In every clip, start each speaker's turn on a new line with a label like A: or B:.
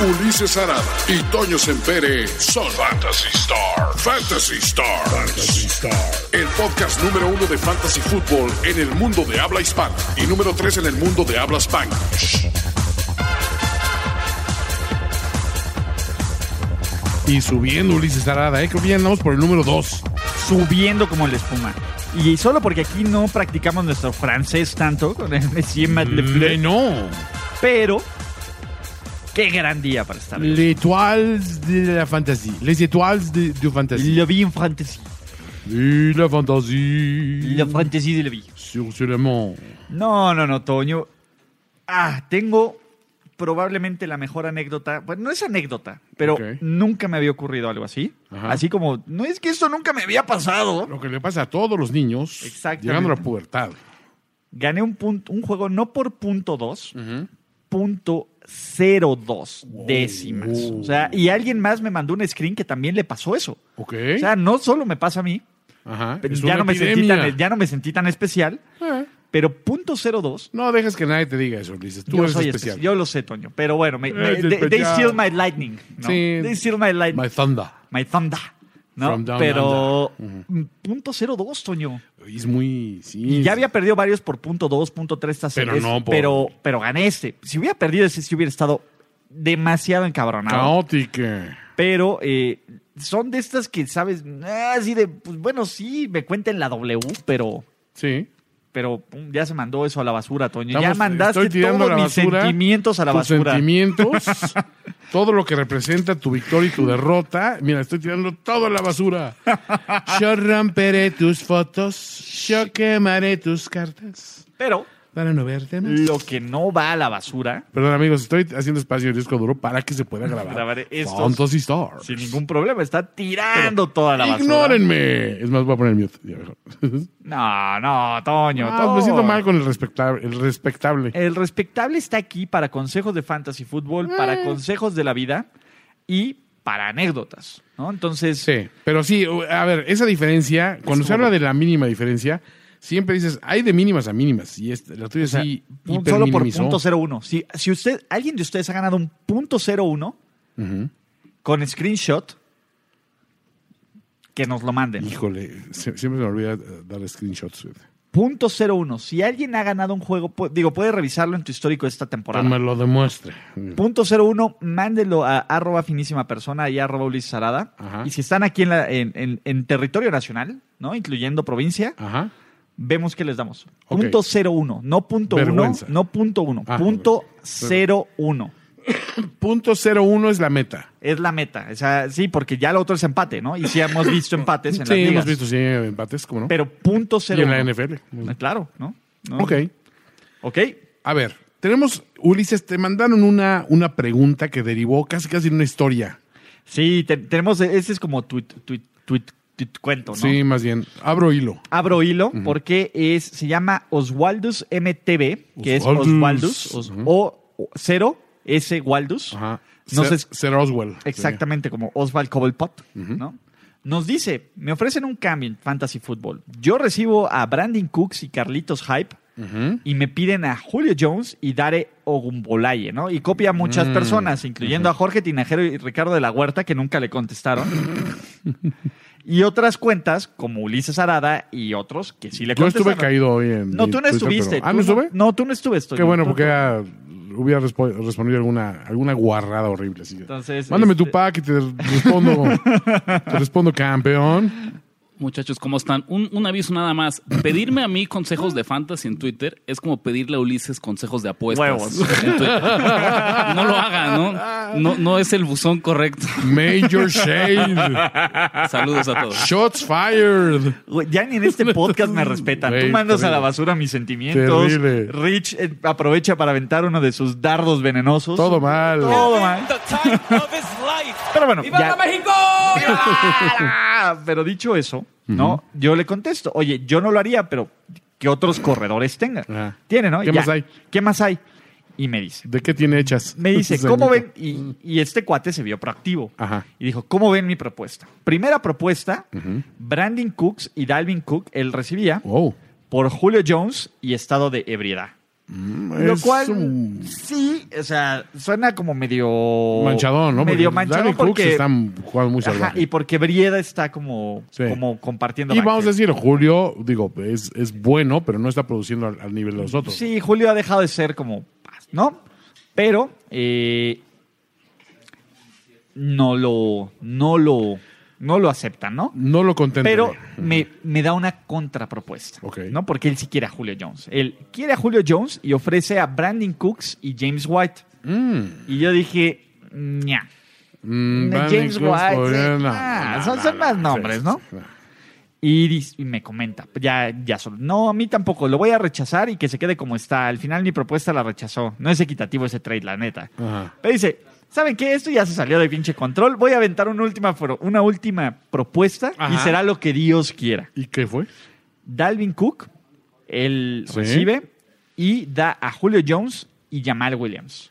A: Ulises Arada y Toño Sempere son Fantasy Star. Fantasy Star. El podcast número uno de Fantasy Football en el mundo de habla hispana y número tres en el mundo de habla hispana.
B: Y subiendo Ulises Arada, ¿eh? creo que ya andamos por el número 2.
C: subiendo como la espuma. Y solo porque aquí no practicamos nuestro francés tanto con el Monsieur Matt Lefleur,
B: Mm, no.
C: pero qué gran día para estar. vivo.
B: L'étoile de la fantasía. Les étoiles de, du fantasy.
C: Le vi en fantasy.
B: Y la fantasía.
C: Le fantasy de le vi.
B: Sur sur le monde.
C: No, no, no, Toño. Ah, tengo probablemente la mejor anécdota. Bueno, no es anécdota, pero
B: Ok.
C: nunca me había ocurrido algo así.
B: Ajá.
C: Así como, no es que eso nunca me había pasado.
B: Lo que le pasa a todos los niños
C: Exactamente.
B: llegando a la pubertad.
C: Gané un, punto, un juego no por punto dos, punto 02 décimas.
B: Wow.
C: O sea, y alguien más me mandó un screen que también le pasó eso.
B: Ok.
C: O sea, no solo me pasa a mí,
B: Ajá.
C: pero
B: Es
C: ya
B: una
C: no, me sentí
B: epidemia.
C: tan, ya no me sentí tan especial,
B: Eh,
C: pero punto 02.
B: No dejes que nadie te diga eso, Ulises. Tú
C: Yo
B: eres
C: soy
B: especial.
C: especial. Yo lo sé, Toño. Pero bueno, me- me-
B: Eres
C: they, they
B: especial.
C: steal my lightning. ¿no?
B: Sí.
C: They steal my lightning.
B: My
C: My,
B: Thunder.
C: thunder. ¿no?
B: From down
C: pero punto 02, Toño.
B: Es muy. Sí.
C: Y ya había perdido varios por punto dos, punto tres, estas
B: Pero
C: series,
B: no por-
C: pero, pero gané este. Si hubiera perdido ese, si hubiera estado demasiado encabronado.
B: Caótica.
C: Pero eh, son de estas que, ¿sabes? Ah, Así de, pues bueno, sí, me cuenten la W, pero,
B: Sí.
C: pero pum, ya se mandó eso a la basura, Toño. ya
B: Estamos- eh,
C: mandaste
B: estoy tirando
C: todos
B: a la
C: mis
B: basura
C: sentimientos a la
B: tus
C: basura.
B: sentimientos, todo lo que representa tu victoria y tu derrota. Mira, estoy tirando todo a la basura. Yo romperé tus fotos, yo quemaré tus cartas
C: Pero
B: para no verte más.
C: lo que no va a la basura,
B: Perdón, amigos, estoy haciendo espacio en el disco duro para que se pueda grabar.
C: Grabaré estos
B: Fantasy Stars.
C: sin ningún problema, está tirando toda la basura.
B: Ignórenme. Es más, voy a poner mute. ya mejor.
C: No, no, Toño.
B: Ah, me siento
C: Toño.
B: mal con el respectable. El respectable.
C: El respectable está aquí para consejos de fantasy fútbol, para consejos de la vida y para anécdotas, ¿no? Entonces,
B: Sí, pero sí, u- a ver, esa diferencia, cuando se
C: como-
B: habla de la mínima diferencia, siempre dices, hay de mínimas a mínimas, y esta- la tuya
C: o sea,
B: sí
C: un- solo por
B: hiperminimizó.
C: punto cero uno. Si, si usted, alguien de ustedes ha ganado un punto cero uno con screenshot, que nos lo manden.
B: Híjole, se- siempre se me olvida eh, dar screenshots. güey.
C: Punto cero uno. Si alguien ha ganado un juego, pu- digo, puede revisarlo en tu histórico de esta
B: Que
C: temporada.
B: me lo demuestre.
C: Punto 01, mándelo a arroba finísima persona y arroba Ulises Arada.
B: Ajá.
C: Y si están aquí en, la- en- en- en territorio nacional, ¿no? Incluyendo provincia,
B: Ajá.
C: vemos que les damos.
B: Ok.
C: Punto 01, no punto
B: Vergüenza.
C: uno, no punto uno,
B: Ah,
C: punto
B: ok.
C: cero uno.
B: Punto cero uno es la meta.
C: Es la meta. O sea, sí, porque ya lo otro es empate, ¿no? Y sí hemos visto empates en
B: sí,
C: las
B: hemos
C: ligas.
B: visto sí, empates, ¿cómo no?
C: Pero punto
B: y
C: cero
B: en la
C: uno. Ah,
B: NFL.
C: Claro, ¿no? ¿No?
B: Ok,
C: Ok.
B: a ver, tenemos, Ulises, te mandaron una, una pregunta que derivó casi casi en una historia.
C: Sí, te- tenemos, ese es como tu cuento, ¿no?
B: Sí, más bien, abro hilo.
C: abro hilo porque es, se llama Oswaldus MTV, que es
B: Oswaldus.
C: Oswaldus, os- o, o- cero, S. Waldus.
B: Ajá.
C: No
B: Ser-
C: sé-
B: Ser Oswald. Sí.
C: Exactamente como Oswald Cobblepot, ¿no? Nos dice, me ofrecen un cambio en Fantasy Football. Yo recibo a Brandon Cooks y Carlitos Hype y me piden a Julio Jones y Dare Ogumbolaye, ¿no? Y copia a
B: Mm.
C: muchas personas, incluyendo a Jorge Tinajero y Ricardo de la Huerta, que nunca le contestaron. y otras cuentas, como Ulises Arada y otros, que sí le
B: Yo estuve
C: contestaron.
B: caído hoy en.
C: No,
B: mi
C: tú no
B: Twitter,
C: estuviste.
B: pero- Ah,
C: tú
B: ¿no estuve?
C: No, tú no estuviste.
B: Qué bueno,
C: Tú-
B: porque ah, hubiera respo- respondido alguna, alguna guarrada horrible. así que-
C: Entonces,
B: Mándame tu
C: este-
B: pack y te respondo. te respondo, campeón.
D: Muchachos, ¿cómo están? Un, un aviso nada más. Pedirme a mí consejos de fantasy en Twitter es como pedirle a Ulises consejos de apuestas.
C: Huevos.
D: en Twitter. No lo hagan, ¿no? ¿no? No es el buzón correcto.
B: Major Shade.
D: Saludos a todos.
B: Shots fired.
C: Güey, Ya ni en este podcast me respetan. Tú
B: Güey,
C: mandas a la
B: terrible.
C: basura mis sentimientos.
B: Terrible.
C: Rich eh, aprovecha para aventar uno de sus dardos venenosos.
B: Todo mal.
C: Todo mal.
E: the time of his life.
C: Pero bueno,
E: ¡Viva
C: ya-
E: México!
C: ¡Ah! Pero dicho eso, ¿no? Yo le contesto, oye, yo no lo haría, pero que otros corredores tengan.
B: Ajá.
C: Tiene, ¿no?
B: Ah. ¿Qué
C: Ya.
B: más hay?
C: ¿Qué más hay? Y me dice,
B: ¿De qué tiene hechas? Este
C: me dice,
B: Esa
C: ¿cómo
B: neta.
C: ven? Y, y este cuate se vio proactivo.
B: Pues Ajá.
C: Y dijo, ¿cómo ven mi propuesta? Primera propuesta, Brandon Cooks y Dalvin Cook, él recibía
B: Wow.
C: por Julio Jones y estado de ebriedad. Lo
B: Es
C: cual,
B: un
C: sí, o sea, suena como medio...
B: manchadón, ¿no?
C: Medio
B: Porque
C: manchadón
B: Dalvin Cook
C: porque...
B: está jugando muy
C: Ajá,
B: salvaje.
C: y porque Brieda está como,
B: Sí.
C: como compartiendo.
B: Y vamos a
C: backfield.
B: decir, Julio, digo, es, es bueno, pero no está produciendo al, al nivel de los otros.
C: Sí, Julio ha dejado de ser como, ¿no? Pero eh, no lo, no lo, no lo aceptan, ¿no?
B: No lo contento.
C: Pero me, me da una contrapropuesta,
B: Ok.
C: ¿no? Porque él sí quiere a Julio Jones. Él quiere a Julio Jones y ofrece a Brandon Cooks y James White. Y yo dije, ña. Mm,
B: Mm,
C: James White,
B: eh,
C: sí. Ah, son- son más nombres, ¿no? Y, dis- y me comenta, pues, ya, ya solo, no, a mí tampoco, lo voy a rechazar y que se quede como está. Al final mi propuesta la rechazó. No es equitativo ese trade, la neta.
B: Ajá.
C: Pero dice, ¿saben qué? Esto ya se salió de pinche control. Voy a aventar una última, pro- una última propuesta y
B: Ajá.
C: será lo que Dios quiera.
B: ¿Y qué fue?
C: Dalvin Cook, él
B: Sí.
C: recibe y da a Julio Jones y Jamal Williams.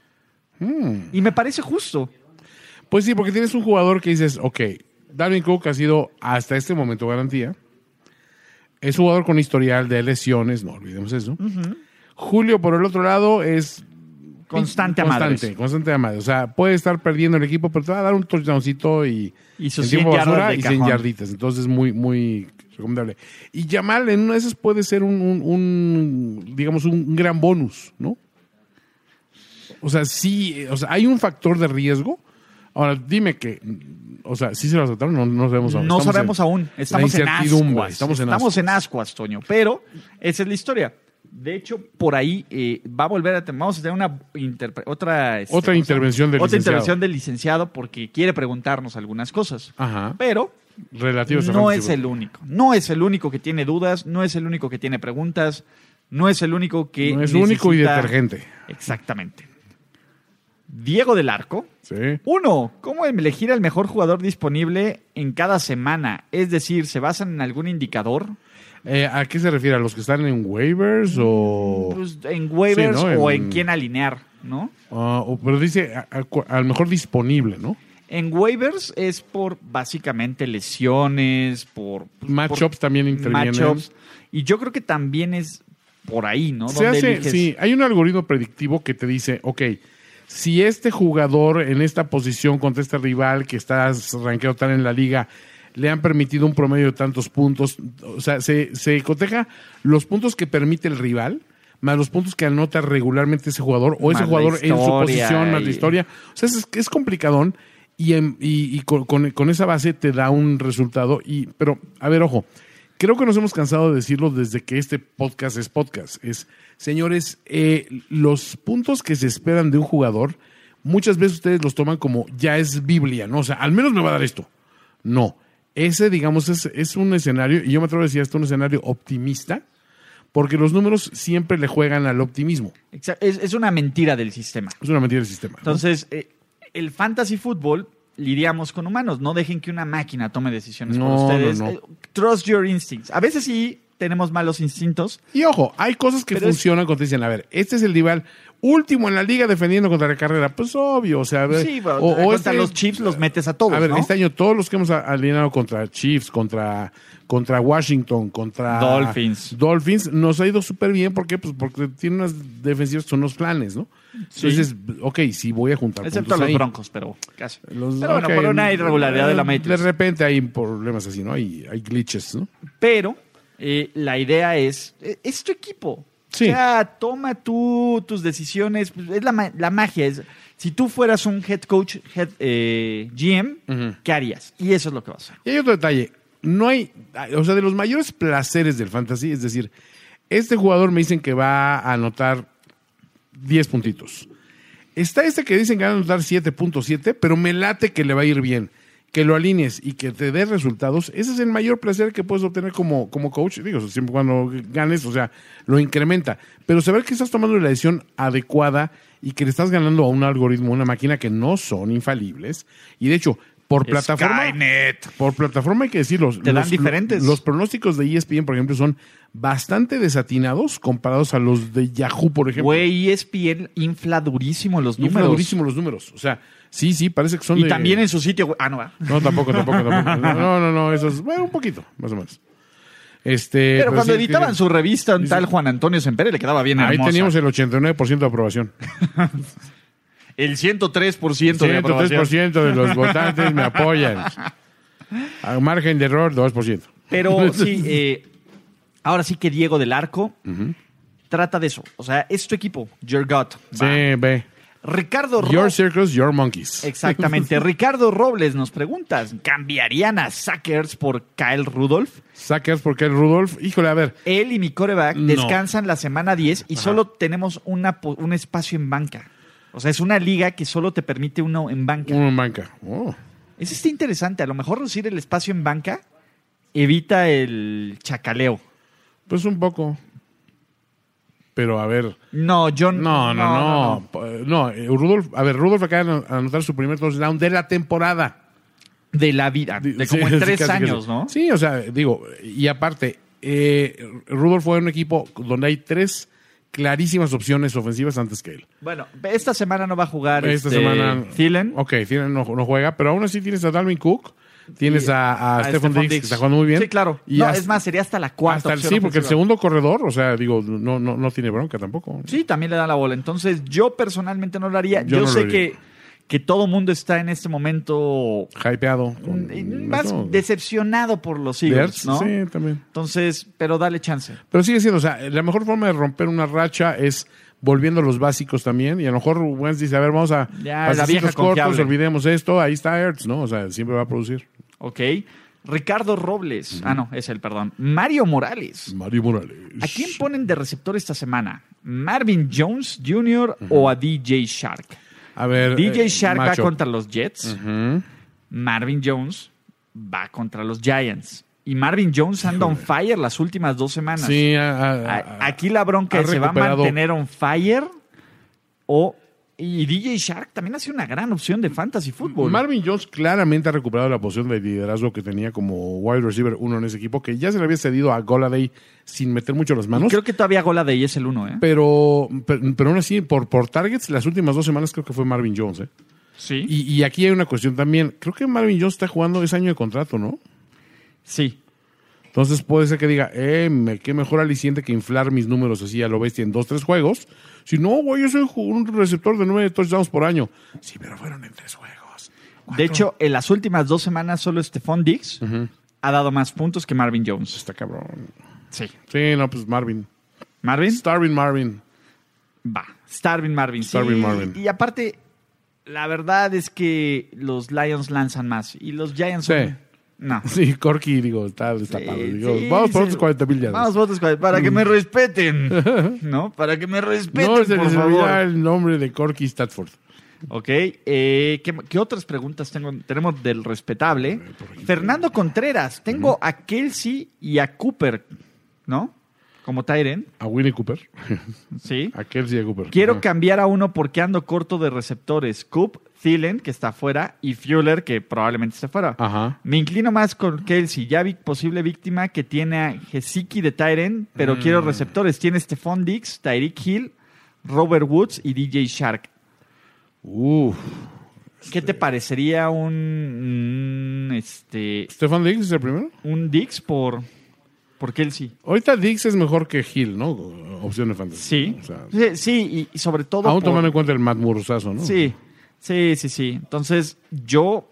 B: Hmm.
C: Y me parece justo.
B: Pues sí, porque tienes un jugador que dices, ok, Dalvin Cook ha sido hasta este momento garantía. Es jugador con historial de lesiones, no olvidemos eso. Julio, por el otro lado, es
C: Constante a madres.
B: constante, constante a madres. O sea, puede estar perdiendo el equipo, pero te va a dar un touchdowncito y,
C: Y sus
B: en tiempo
C: 100 yardas
B: basura
C: de
B: y 100
C: cajón.
B: yarditas. Entonces, muy, muy recomendable. Y Yamal, en una de esas puede ser un, un- un, digamos, un gran bonus, ¿no? O sea, sí, eh, o sea, hay un factor de riesgo. Ahora, dime que, mm, o sea, sí se lo aceptaron, no, no sabemos aún.
C: No
B: Estamos
C: sabemos
B: en-
C: aún. Estamos
B: la
C: en
B: incertidumbre,
C: ascuas.
B: Estamos en ascuas.
C: ascuas, Toño. Pero esa es la historia. De hecho, por ahí eh, va a volver a tener, vamos a tener una interpre- otra, este,
B: Otra
C: ¿cómo se llama?
B: intervención del
C: otra
B: licenciado.
C: intervención del licenciado porque quiere preguntarnos algunas cosas.
B: Ajá.
C: Pero
B: Relativo a esa
C: no
B: falta de
C: es
B: seguridad.
C: el único. No es el único que tiene dudas, no es el único que tiene preguntas, no es el único que
B: No es único y
C: necesita-
B: detergente.
C: Exactamente. Diego del Arco,
B: Sí.
C: uno, ¿cómo elegir al mejor jugador disponible en cada semana? Es decir, ¿se basan en algún indicador?
B: Eh, ¿A qué se refiere? ¿A los que están en waivers o...?
C: Pues, en waivers
B: Sí, ¿no?
C: o
B: En-
C: en quién alinear, ¿no?
B: Ah, o- pero dice, a- a cu- a lo mejor disponible, ¿no?
C: En waivers es por básicamente lesiones, por... pues, por-
B: Matchups también intervienen.
C: matchups. Y yo creo que también es por ahí, ¿no?
B: Se
C: Donde
B: hace,
C: eliges.
B: sí, hay un algoritmo predictivo que te dice, ok, si este jugador en esta posición contra este rival que está rankeado tal en la liga, le han permitido un promedio de tantos puntos, o sea, se, se coteja los puntos que permite el rival, más los puntos que anota regularmente ese jugador, o ese
C: Más la
B: jugador en su
C: historia
B: posición, más
C: y-
B: la historia. O sea, es, es complicadón y, en- y- y con, con- con esa base te da un resultado. Y, pero, a ver, ojo, creo que nos hemos cansado de decirlo desde que este podcast es podcast. Es, señores, eh, los puntos que se esperan de un jugador, muchas veces ustedes los toman como ya es Biblia, ¿no? O sea, al menos me va a dar esto. No. Ese, digamos, es, es un escenario, y yo me atrevo a decir hasta un escenario optimista, porque los números siempre le juegan al optimismo.
C: Exa- Es, es una mentira del sistema.
B: Es una mentira del sistema. ¿no?
C: Entonces, eh, el fantasy fútbol lidiamos con humanos. No dejen que una máquina tome decisiones
B: No,
C: por ustedes.
B: no, no.
C: Eh, Trust your instincts. A veces sí tenemos malos instintos.
B: Y ojo, hay cosas que
C: Pero es-
B: funcionan cuando te dicen, a ver, este es el rival último en la liga defendiendo contra la carrera. Pues obvio, o sea, a ver.
C: Sí, bueno,
B: o- o
C: contra
B: este-
C: los chips los metes a todos,
B: A ver,
C: ¿no?
B: este año todos los que hemos a- alineado contra Chiefs, contra, contra Washington, contra
C: Dolphins.
B: Dolphins, nos ha ido súper bien. ¿Por qué? Pues porque tiene unas defensivas, son unos planes, ¿no? Entonces, ok, sí voy a juntar
C: Excepto
B: puntos
C: los
B: ahí.
C: broncos, pero casi.
B: Los-
C: pero bueno,
B: ok, eh,
C: por una irregularidad de la
B: De
C: Matrix.
B: repente hay problemas así, ¿no? Hay, hay glitches, ¿no?
C: Pero eh, la idea es, eh, es tu equipo.
B: Sí.
C: O sea, toma tú tus decisiones. Pues, Es la, ma- la magia. Es, si tú fueras un head coach, head, eh, GM, ¿qué harías? Y eso es lo que vas a hacer.
B: Y hay otro detalle. No hay, o sea, de los mayores placeres del fantasy, es decir, este jugador me dicen que va a anotar 10 puntitos. Está este que dicen que va a anotar 7.7, pero me late que le va a ir bien. que lo alinees y que te dé resultados, ese es el mayor placer que puedes obtener como, como coach. Digo, siempre cuando ganes, o sea, lo incrementa. Pero saber que estás tomando la decisión adecuada y que le estás ganando a un algoritmo, una máquina que no son infalibles. Y de hecho, por plataforma.
C: Skynet.
B: Por plataforma hay que decirlo.
C: Te dan diferentes.
B: Los pronósticos de E ESPN, por ejemplo, son bastante desatinados comparados a los de Yahoo, por ejemplo.
C: Güey, E ESPN infla durísimo los
B: Infla
C: números.
B: durísimo los números. O sea, sí, sí, parece que son
C: y
B: de- Eh,
C: también en su sitio, güey. Ah, no, va.
B: No, tampoco, tampoco, tampoco. No, no, no, eso es... Bueno, un poquito, más o menos. Este...
C: Pero cuando
B: sí,
C: editaban
B: tiene-
C: su revista, un tal Juan Antonio Sempere le quedaba bien
B: Ahí
C: hermosa.
B: teníamos el 89% de aprobación.
C: el 103% de aprobación.
B: 103% de los votantes me apoyan. A margen de error, 2%.
C: Pero sí, eh, ahora sí que Diego del Arco trata de eso. O sea, es tu equipo, Your God.
B: Sí, ve.
C: Ricardo Ro-
B: Your circles, your monkeys.
C: Exactamente. Ricardo Robles nos preguntas, ¿cambiarían a Sackers por Kyle Rudolph?
B: Sackers porque el Rudolf... Híjole, a ver.
C: Él y mi coreback
D: No.
C: descansan la semana 10 y solo tenemos una, po- un espacio en banca. O sea, es una liga que solo te permite uno en banca.
B: Uno en banca. Oh.
C: Eso está interesante. A lo mejor reducir el espacio en banca evita el chacaleo.
B: Pues un poco. Pero a ver...
C: No, yo
B: No, no, no. No, eh, Rudolf, a ver, Rudolf acaba de anotar su primer touchdown de la temporada.
C: De la vida. De
B: Sí,
C: como en
B: sí,
C: tres
B: casi,
C: años,
B: casi.
C: ¿no?
B: Sí, o sea, digo, y aparte, eh, Rudolf fue un equipo donde hay tres clarísimas opciones ofensivas antes que él.
C: Bueno, esta semana no va a jugar
B: Esta
C: este,
B: semana.
C: Thielen.
B: Ok, Thielen no, no juega, pero aún así tienes a Dalvin Cook, tienes
C: Y
B: a, a, Stephon Diggs, que está jugando muy bien.
C: Sí, claro.
B: Y
C: no,
B: hasta-
C: es más, sería hasta la cuarta.
B: hasta el,
C: opción
B: sí, porque el
C: ofensiva.
B: segundo corredor, o sea, digo, no, no, no tiene bronca tampoco.
C: Sí, también le da la bola. Entonces, yo personalmente no lo haría.
B: Yo
C: Yo,
B: no lo
C: sé
B: haría.
C: que, que todo mundo está en este momento
B: Hypeado. con-
C: mm, más
B: no,
C: decepcionado por los
B: de
C: Eagles,
B: Ertz,
C: ¿no?
B: Sí, también.
C: Entonces, pero dale chance.
B: Pero sigue siendo, o sea, la mejor forma de romper una racha es volviendo a los básicos también. Y a lo mejor Wentz dice, a ver, vamos a
C: Ya,
B: pasecitos
C: la vieja confiable.
B: olvidemos esto, ahí está Ertz, ¿no? O sea, siempre va a producir.
C: ¿Ok? Ricardo Robles. Ah, no, es él, perdón. Mario Morales.
B: Mario Morales.
C: ¿A quién ponen de receptor esta semana? ¿Marvin Jones Jr. o a DJ Shark?
B: A ver.
C: DJ
B: eh,
C: Shark
B: macho.
C: va contra los Jets. Marvin Jones va contra los Giants. Y Marvin Jones anda on fire las últimas dos semanas.
B: Sí, a- a-
C: A- Aquí la bronca
B: ha
C: es, ¿se va a
B: recuperado-
C: mantener on fire? O, y DJ Shark también ha sido una gran opción de fantasy fútbol.
B: Marvin Jones claramente ha recuperado la posición de liderazgo que tenía como wide receiver uno en ese equipo, que ya se le había cedido a Goladay sin meter mucho las manos.
C: Creo que todavía Gola de ahí es el uno, ¿eh?
B: Pero, pero, pero aún así, por, por targets, las últimas dos semanas creo que fue Marvin Jones, ¿eh?
C: Sí.
B: Y, y aquí hay una cuestión también. Creo que Marvin Jones está jugando ese año de contrato, ¿no?
C: sí.
B: Entonces puede ser que diga, eh, me- qué mejor aliciente que inflar mis números así a lo bestia en dos, tres juegos. Si no, güey, yo soy ju- un receptor de nueve touchdowns por año. Sí, pero fueron en tres juegos.
C: De hecho, en las últimas dos semanas solo Stephon Diggs ha dado más puntos que Marvin Jones.
B: Está cabrón.
C: Sí.
B: Sí, no, pues Marvin.
C: Marvin
B: Starvin Marvin.
C: va. Starvin Marvin. sí.
B: Starvin Marvin.
C: Y aparte, la verdad es que los Lions lanzan más y los Giants
B: Sí.
C: son- No.
B: Sí, Corky, digo, está destapado. Digo, vamos por
C: sí.
B: otros 40 mil yardas.
C: Vamos por otros 40, Para que me respeten. ¿No? Para que me respeten,
B: No, se
C: por
B: les olvida
C: favor.
B: el nombre de Corky Statford.
C: Ok. eh, ¿qué, qué otras preguntas tengo? tenemos del respetable? Fernando Contreras. Tengo a Kelsey y a Cooper, ¿no? Como Tyren.
B: A Winnie Cooper.
C: Sí.
B: A Kelsey Cooper.
C: Quiero
B: Ajá.
C: cambiar a uno porque ando corto de receptores. Coop, Thielen, que está fuera, y Fuller, que probablemente esté fuera.
B: Ajá.
C: Me inclino más con Kelsey, ya vi posible víctima que tiene a Gesicki de Tyren, pero quiero receptores. Tiene Stephon Dix, Tyreek Hill, Robert Woods y DJ Shark.
B: Uf.
C: ¿Qué
B: Este,
C: te parecería un mm, este
B: ¿Stefan Diggs es el primero?
C: un Dix por, por Kelsey?
B: Ahorita Dix es mejor que Hill, ¿no? Opción de fantasy.
C: Sí.
B: O sea,
C: sí, sí, y, y sobre todo
B: aún
C: por-
B: tomando en cuenta el Matt Murusazo, ¿no?
C: Sí, sí, sí, sí. Entonces, yo,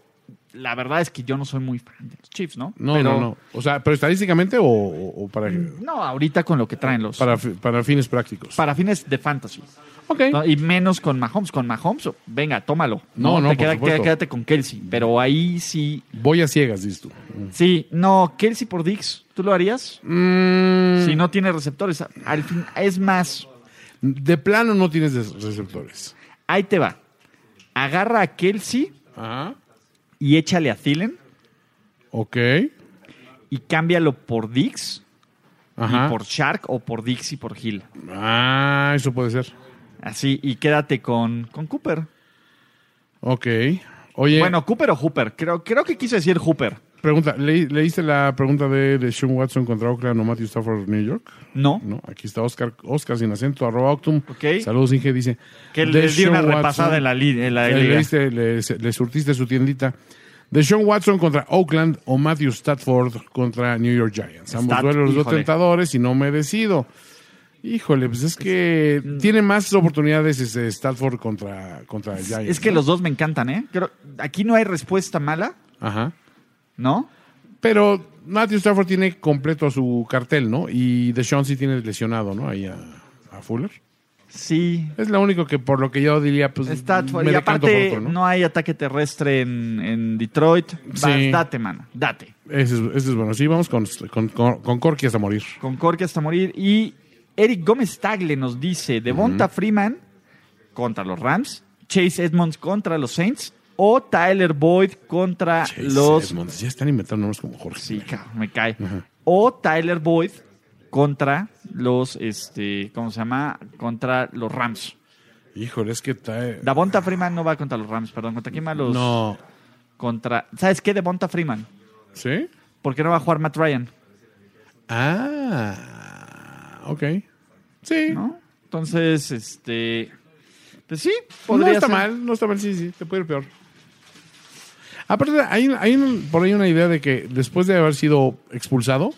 C: la verdad es que yo no soy muy fan de los Chiefs, ¿no?
B: No,
C: Pero- Mm.
B: no, no. O sea, pero estadísticamente o, o- o para,
C: No, ahorita con lo que traen los. Para,
B: para, fi- para fines prácticos.
C: fines de fantasy.
B: ok.
C: ¿no? Y menos con Mahomes. Con Mahomes, oh, venga, tómalo.
B: No, no,
C: Te
B: por supuesto.
C: Quédate con Kelsey. Pero ahí sí.
B: Voy a ciegas, dices tú.
C: Sí, no, Kelsey por Dix, ¿tú lo harías?
B: Mm,
C: Si no tiene receptores. Al fin, es más,
B: De plano no tienes des- receptores.
C: ahí te va. Agarra a Kelsey
B: Ajá.
C: y échale a Thielen
B: Ok.
C: y cámbialo por Dix
B: Ajá.
C: y por Shark o por Dix y por Hill.
B: Ah, eso puede ser.
C: Así, y quédate con, con Cooper.
B: Ok. Oye,
C: Bueno, Cooper o Hooper. Creo, creo que quiso decir Hooper.
B: pregunta, ¿le- ¿leíste la pregunta de, de Sean Watson contra Oakland o Matthew Stafford New York?
C: No.
B: No, aquí está Oscar, Oscar sin acento, arroba Octum.
C: Ok.
B: Saludos, Inge, dice.
C: Que les di
B: Deshaun
C: una
B: Watson-
C: repasada en la, li- en la
B: Le,
C: liga.
B: leíste- le- le surtiste su tiendita. De Sean Watson contra Oakland o Matthew Stafford contra New York Giants. Ambos
C: Stat-
B: duelos los dos
C: híjole.
B: tentadores y no me decido. Híjole, pues es que
C: mm.
B: tiene más oportunidades este Stafford contra, contra Giants.
C: Es que
B: ¿no?
C: los dos me encantan, ¿eh? Creo- aquí no hay respuesta mala,
B: Ajá.
C: ¿no?
B: Pero Matthew Stafford tiene completo su cartel, ¿no? Y Deshaun sí tiene lesionado, ¿no? Ahí a, a Fuller.
C: Sí.
B: Es lo único que por lo que yo diría, pues.
C: Está,
B: me
C: y
B: decanto por
C: aparte,
B: otro,
C: ¿no? hay ataque terrestre en, en Detroit. Vas,
B: Sí.
C: date, mano. Date.
B: Ese es, ese es bueno. Sí, vamos con, con, con, con Corky hasta morir.
C: Con Corky hasta morir. Y Eric Gómez Tagle nos dice: Devonta Freeman contra los Rams, Chase Edmonds contra los Saints o Tyler Boyd contra
B: Chase
C: los.
B: Edmonds. Ya están inventando nombres como Jorge.
C: Sí, cabrón, me cae. O Tyler Boyd contra los. este ¿Cómo se llama? Contra los Rams.
B: Híjole, es que trae.
C: Davonta Freeman no va contra los Rams, perdón. ¿Contra quién va los.?
B: No.
C: Contra. ¿Sabes qué? Devonta Freeman.
B: ¿Sí?
C: ¿Por qué no va a jugar Matt Ryan?
B: Ah. Ok. Sí. No,
C: ¿No? Entonces, este. Pues sí, podría
B: está
C: ser.
B: mal, no está mal, sí, sí, te puede ir peor. Aparte, hay, hay un- por ahí una idea de que después de haber sido expulsado,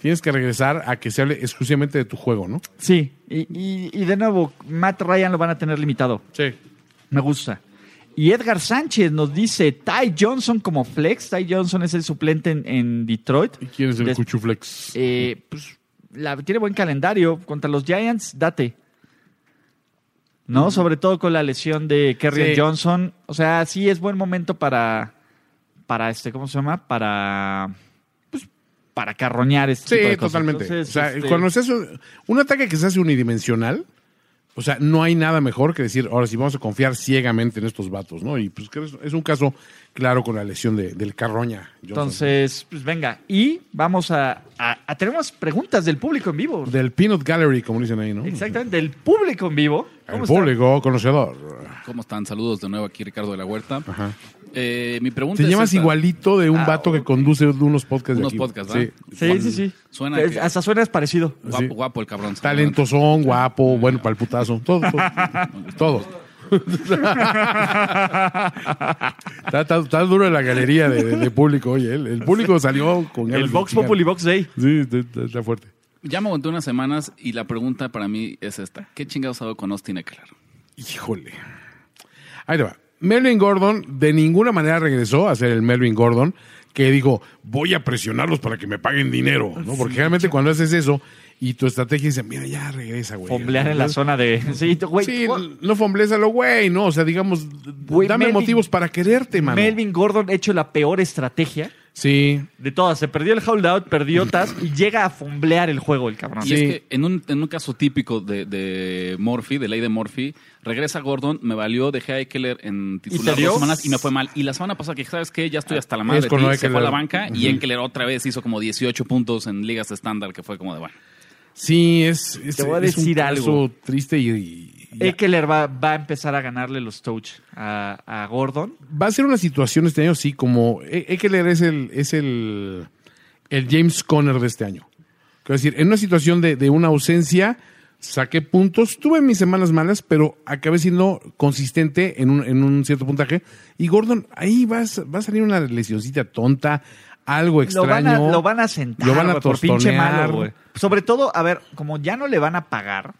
B: tienes que regresar a que se hable exclusivamente de tu juego, ¿no?
C: Sí, y, y- y de nuevo, Matt Ryan lo van a tener limitado.
B: Sí.
C: Me gusta. Y Edgar Sánchez nos dice: Ty Johnson como flex. Ty Johnson es el suplente en, en Detroit.
B: ¿Y quién es el
C: Des-
B: Cuchuflex?
C: Eh, pues, la- tiene buen calendario. Contra los Giants, date. ¿No? Sobre todo con la lesión de Kerry
B: Sí.
C: Johnson. O sea, sí es buen momento para. Para este, ¿cómo se llama? Para. Pues, para carroñar este tipo
B: Sí,
C: de cosas.
B: totalmente.
C: Entonces,
B: o sea,
C: este,
B: cuando se hace un, un ataque que se hace unidimensional, o sea, no hay nada mejor que decir, ahora sí vamos a confiar ciegamente en estos vatos, ¿no? Y pues que es, es un caso claro con la lesión de- del Carroña. Johnson.
C: Entonces, pues venga. Y vamos a, a- a- Tenemos preguntas del público en vivo.
B: Del Peanut Gallery, como dicen ahí, ¿no?
C: Exactamente, del público en vivo.
B: El
C: ¿Cómo está?
B: público conocedor.
D: ¿Cómo están? Saludos de nuevo aquí, Ricardo de la Huerta.
B: Ajá.
D: Eh, mi pregunta
B: Te
D: es
B: llamas
D: esta.
B: igualito de un vato que conduce unos podcasts
D: Ah, Unos
B: de aquí.
D: podcasts,
B: Sí.
D: ¿verdad?
C: Sí, sí, sí.
D: Suena
C: Es-
D: que-
C: Hasta suena es parecido.
D: Guapo,
B: Sí.
D: guapo el cabrón.
B: Talentosón, guapo, bueno para el putazo, todo, todo. todo. está, está- está duro en la galería de, de- de público, oye. El, el público salió con ganas
C: El
B: de
C: Vox
B: chingar.
C: Populi Vox Day.
B: Sí, está, está- está fuerte.
D: Ya me aguanté unas semanas y la pregunta para mí es esta. ¿Qué chingados hago con Austin Eckler?
B: Híjole. Ahí te va. Melvin Gordon de ninguna manera regresó a ser el Melvin Gordon que dijo, voy a presionarlos para que me paguen dinero, ¿no? Porque realmente cuando haces eso y tu estrategia dice, mira, ya regresa, güey.
C: Fomblear en la zona de. Sí, tú- güey.
B: Sí,
C: wow.
B: no fomblésalo, güey, no, o sea, digamos,
C: Güey,
B: dame
C: Melvin-
B: motivos para quererte, mano.
C: Melvin Gordon ha hecho la peor estrategia
B: Sí,
C: de todas. Se perdió el holdout, perdió tas y llega a fomblear el juego el cabrón.
D: Y es que en un, en un caso típico de, de Murphy, de ley de Murphy, regresa Gordon, me valió, dejé a Eckler en
C: te
D: titular
C: dio?
D: dos semanas y me fue mal. Y la semana pasada que, ¿sabes qué? Ya
C: Ah,
D: estoy hasta la madre.
B: Es
D: de
B: con
D: ti,
B: lo de
D: se fue a la
B: Eckler.
D: banca y Eckler otra vez hizo como 18 puntos en ligas estándar, que fue como de, bueno,
B: sí, es, es,
C: Te voy a
B: es un
C: decir
B: caso
C: algo.
B: triste y, y- y-
C: Eckler va, va a empezar a ganarle los touch a, a Gordon.
B: va a ser una situación este año, sí, como E- Eckler es el, es el, el James Conner de este año. Quiero decir, en una situación de, de una ausencia, saqué puntos, tuve mis semanas malas, pero acabé siendo consistente en un, en un cierto puntaje. Y Gordon, ahí va, a s- va a salir una lesioncita tonta, algo
C: Lo van,
B: extraño.
C: a, lo van a sentar
B: Lo van a
C: güey, por pinche
B: tostonear.
C: malo, güey. Sobre todo, a ver, como ya no le van a pagar,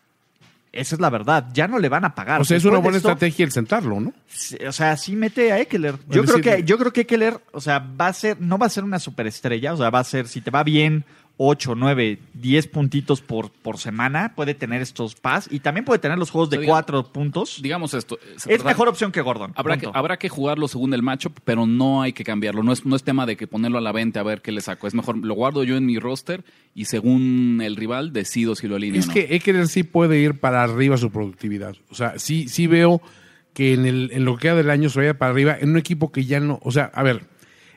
C: esa es la verdad, ya no le van a pagar.
B: O sea, es
C: Después
B: una
C: de
B: buena
C: esto,
B: estrategia el sentarlo, ¿no?
C: Sí, O sea, sí mete a Eckler.
B: Bueno,
C: Yo creo
B: sí,
C: que,
B: le-
C: yo creo que Eckler, o sea, va a ser, no va a ser una superestrella. O sea, va a ser, si te va bien, 8, 9, 10 puntitos por, por semana, puede tener estos pas y también puede tener los juegos de
D: Oiga,
C: 4 puntos.
D: digamos esto. eh, se
C: Es
D: trata-
C: mejor opción que Gordon.
D: Habrá que,
C: punto.
D: habrá que jugarlo según el matchup, pero no hay que cambiarlo. No es, no es tema de que ponerlo a la venta a ver qué le saco. Es mejor, lo guardo yo en mi roster y según el rival decido si lo alineo
B: Es
D: o no.
B: que Eckler sí puede ir para arriba su productividad. O sea, sí, sí veo que en, el, en lo que queda del año se vaya para arriba en un equipo que ya no. O sea, a ver,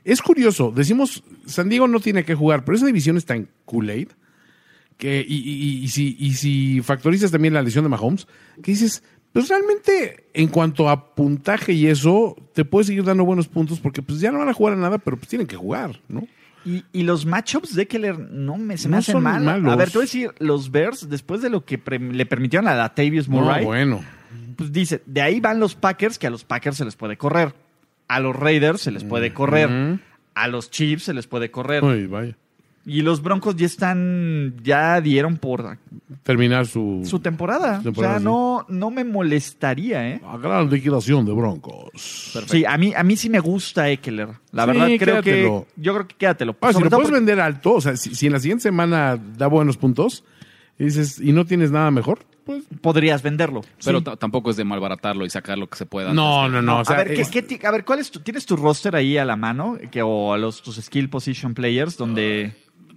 B: es curioso. Decimos, San Diego no tiene que jugar, pero esa división es tan Kool-Aid. Que, y, y- y si, y si factorizas también la lesión de Mahomes, que dices, pues realmente en cuanto a puntaje y eso, te puedes seguir dando buenos puntos porque pues ya no van a jugar a nada, pero pues tienen que jugar, ¿no?
C: Y, y los matchups de Keller no me, se me
B: No
C: hacen
B: son
C: mal.
B: malos.
C: A ver, te voy a decir, los Bears, después de lo que pre- le permitieron a Latavius Murray,
B: No, bueno.
C: pues dice, de ahí van los Packers, que a los Packers se les puede correr. A los Raiders se les puede correr. A los Chiefs se les puede correr.
B: Uy, vaya.
C: Y los Broncos ya están, ya dieron por
B: Terminar su,
C: su temporada.
B: Temporada,
C: o sea,
B: sí.
C: no, no me molestaría, ¿eh?
B: la gran liquidación de Broncos.
C: Sí, a mí, a mí sí me gusta Eckler. La
B: Sí,
C: verdad, creo
B: quédatelo.
C: que. Yo creo que quédatelo.
B: Ah, si
C: Sobre
B: lo
C: todo
B: puedes
C: porque-
B: vender alto, o sea, si, si en la siguiente semana da buenos puntos y dices, y no tienes nada mejor, pues.
C: podrías venderlo.
D: Pero ta- tampoco es de malbaratarlo y sacar lo que se pueda.
B: No, no, no. o sea, eh,
C: a, ver, ¿qué-
B: es-
C: qué ti- a ver, ¿cuál es tu, ¿tienes tu roster ahí a la mano? Que, o a los, tus skill position players, donde.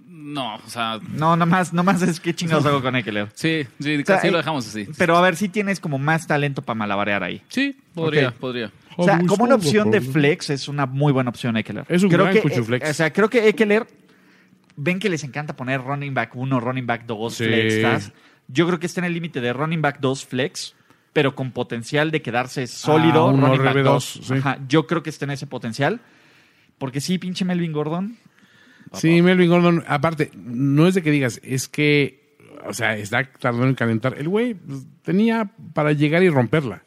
D: No, o sea,
C: No, nomás, nomás es que chingados hago con Eckler.
D: sí, sí,
C: sea,
D: casi
C: eh,
D: lo dejamos así.
C: Pero a ver, si tienes como más talento para malabarear ahí.
D: Sí, podría,
C: Ok.
D: podría.
C: O sea,
B: Hobbies,
C: como una
B: hobbies,
C: opción de
B: hobbies.
C: flex es una muy buena opción Eckler.
B: Es un
C: creo
B: gran
C: que,
B: cuchuflex.
C: eh, O sea, creo que Eckler, ven que les encanta poner running back 1, running back 2,
B: Sí.
C: flex. tas. Yo creo que está en el límite de running back 2, flex, pero con potencial de
B: Ah,
C: quedarse sólido.
B: un
C: running back
B: RB2,
C: 2.
B: sí.
C: Ajá, yo creo que está en ese potencial. Porque sí, pinche Melvin Gordon.
B: Sí, Melvin Gordon, aparte, no es de que digas, es que, o sea, está tardando en calentar. El güey pues, tenía para llegar y romperla.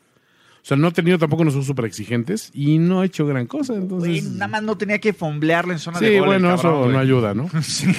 B: O sea, no ha tenido tampoco unos súper exigentes y no ha hecho gran cosa.
C: Güey,
B: Entonces,
C: nada más no tenía que fomblearle en zona de
B: Pues sí,
C: gol. el
B: bueno, eso
C: cabrón, güey.
B: no ayuda, ¿no?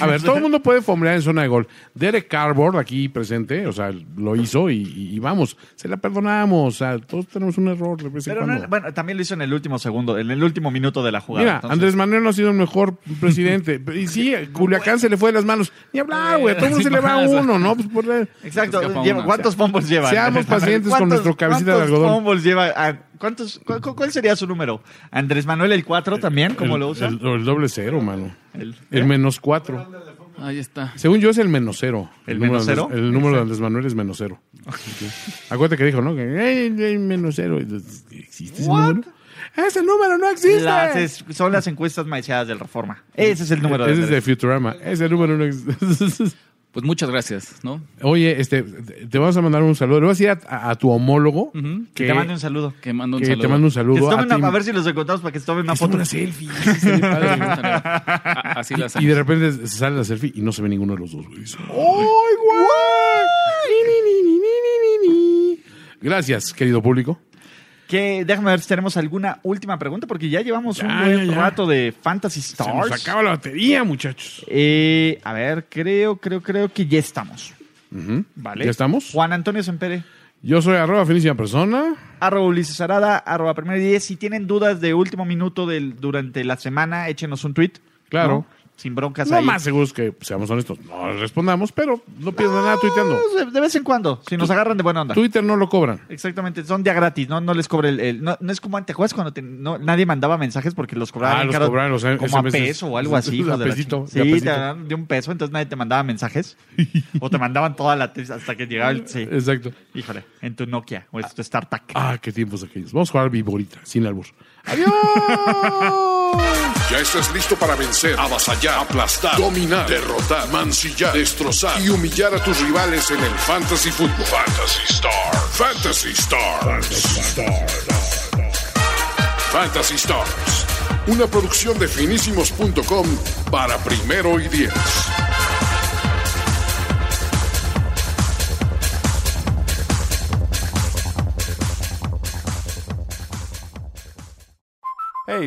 B: A ver, todo el mundo puede fombrear en zona de gol. Derek Cardboard, aquí presente, o sea, lo hizo y, y- y vamos, se la perdonamos. O sea, todos tenemos un error de vez en
C: Pero no-
B: cuando.
C: bueno, también lo hizo en el último segundo, en el último minuto de la jugada.
B: Mira,
C: entonces-
B: Andrés Manuel no ha sido el mejor presidente. y sí, Culiacán se le fue de las manos. Ni hablar, güey. A todo el mundo se le va
D: Sí,
B: uno, ¿no? Pues por la-
C: Exacto.
D: Se escapa
C: lleva-
D: una.
C: ¿Cuántos fumbles lleva?
B: Seamos pacientes con
C: ¿Cuántos-
B: nuestro cabecita de algodón.
C: ¿Cuántos fumbles lleva? Ah, ¿cuántos, cu- cu- ¿Cuál sería su número? ¿Andrés Manuel el 4 también, como
B: el,
C: lo usa?
B: El, el doble cero, mano.
C: El-
B: El, menos cuatro.
D: Ahí está.
B: Según yo es el menos cero.
C: ¿El
B: número
C: menos
B: de Andrés-
C: cero?
B: el número de Andrés Manuel es menos cero. Ok. Acuérdate que dijo, ¿no? Que "Ey, ey, menos cero. ¿Existe ese
C: What?
B: número? Ese número no existe.
C: Las es- son las encuestas maiceadas del Reforma. Ese es el número de
B: Ese es de
C: Andrés.
B: Futurama. Ese número no existe.
D: Pues muchas gracias, ¿no?
B: Oye, este, te te vamos a mandar un saludo. Le vas a decir a, a- a tu homólogo
C: Que te mande un saludo.
D: Que mando un
B: que
D: saludo.
B: te mando un saludo.
C: Que se tomen
B: a
C: una-
B: ti.
C: a ver si los encontramos para que se tomen una
B: Que se tomen
C: foto.
B: una selfie. Estaría padre, ¿no?
D: A- Así las
B: Y de repente se sale la selfie y no se ve ninguno de los dos, güey. ¡Ay, Gracias, querido público.
C: Que, déjame ver si tenemos alguna última pregunta, porque ya llevamos un
B: Ya,
C: buen
B: ya, ya.
C: rato de Fantasy
B: Se nos
C: Stars.
B: acaba la batería, muchachos.
C: Eh, a ver, creo, creo, creo que ya estamos. Vale.
B: ¿Ya estamos?
C: Juan Antonio Sempere.
B: Yo soy arroba finísima persona.
C: arroba Ulises Arada, arroba Primero y Diez. Si tienen dudas de último minuto del, durante la semana, échenos un tweet.
B: Claro.
C: ¿no? Sin broncas
B: No
C: ahí.
B: más seguros que, seamos honestos, no respondamos, pero no pierdan nada tuiteando.
C: No, de- De vez en cuando, si nos agarran de buena onda.
B: Twitter no lo cobran.
C: Exactamente, son ya gratis, no, no les cobre el... el- no, no es como antes, ¿juegas cuando te- no, nadie mandaba mensajes porque los cobraban
B: Ah, los cobraban los
C: como a
B: SMS.
C: peso o algo así.
B: De
C: hijo
B: a
C: de la
B: pesito,
C: chingada.
B: de a
C: Sí, te
B: pesito.
C: daban de un peso, entonces nadie te mandaba mensajes. o te mandaban toda la... tes- hasta que llegaba el... Sí,
B: Exacto.
C: híjole, en tu Nokia o en tu StarTAC.
B: Ah, qué tiempos aquellos. Vamos a jugar Viborita, sin albur. ¡Adiós!
A: Ya estás listo para vencer, avasallar, aplastar, dominar, derrotar, mancillar, destrozar y humillar a tus rivales en el Fantasy Football. Fantasy Star. Fantasy Stars. Fantasy Stars. Una producción de finísimos.com para primero y diez.
E: Hey,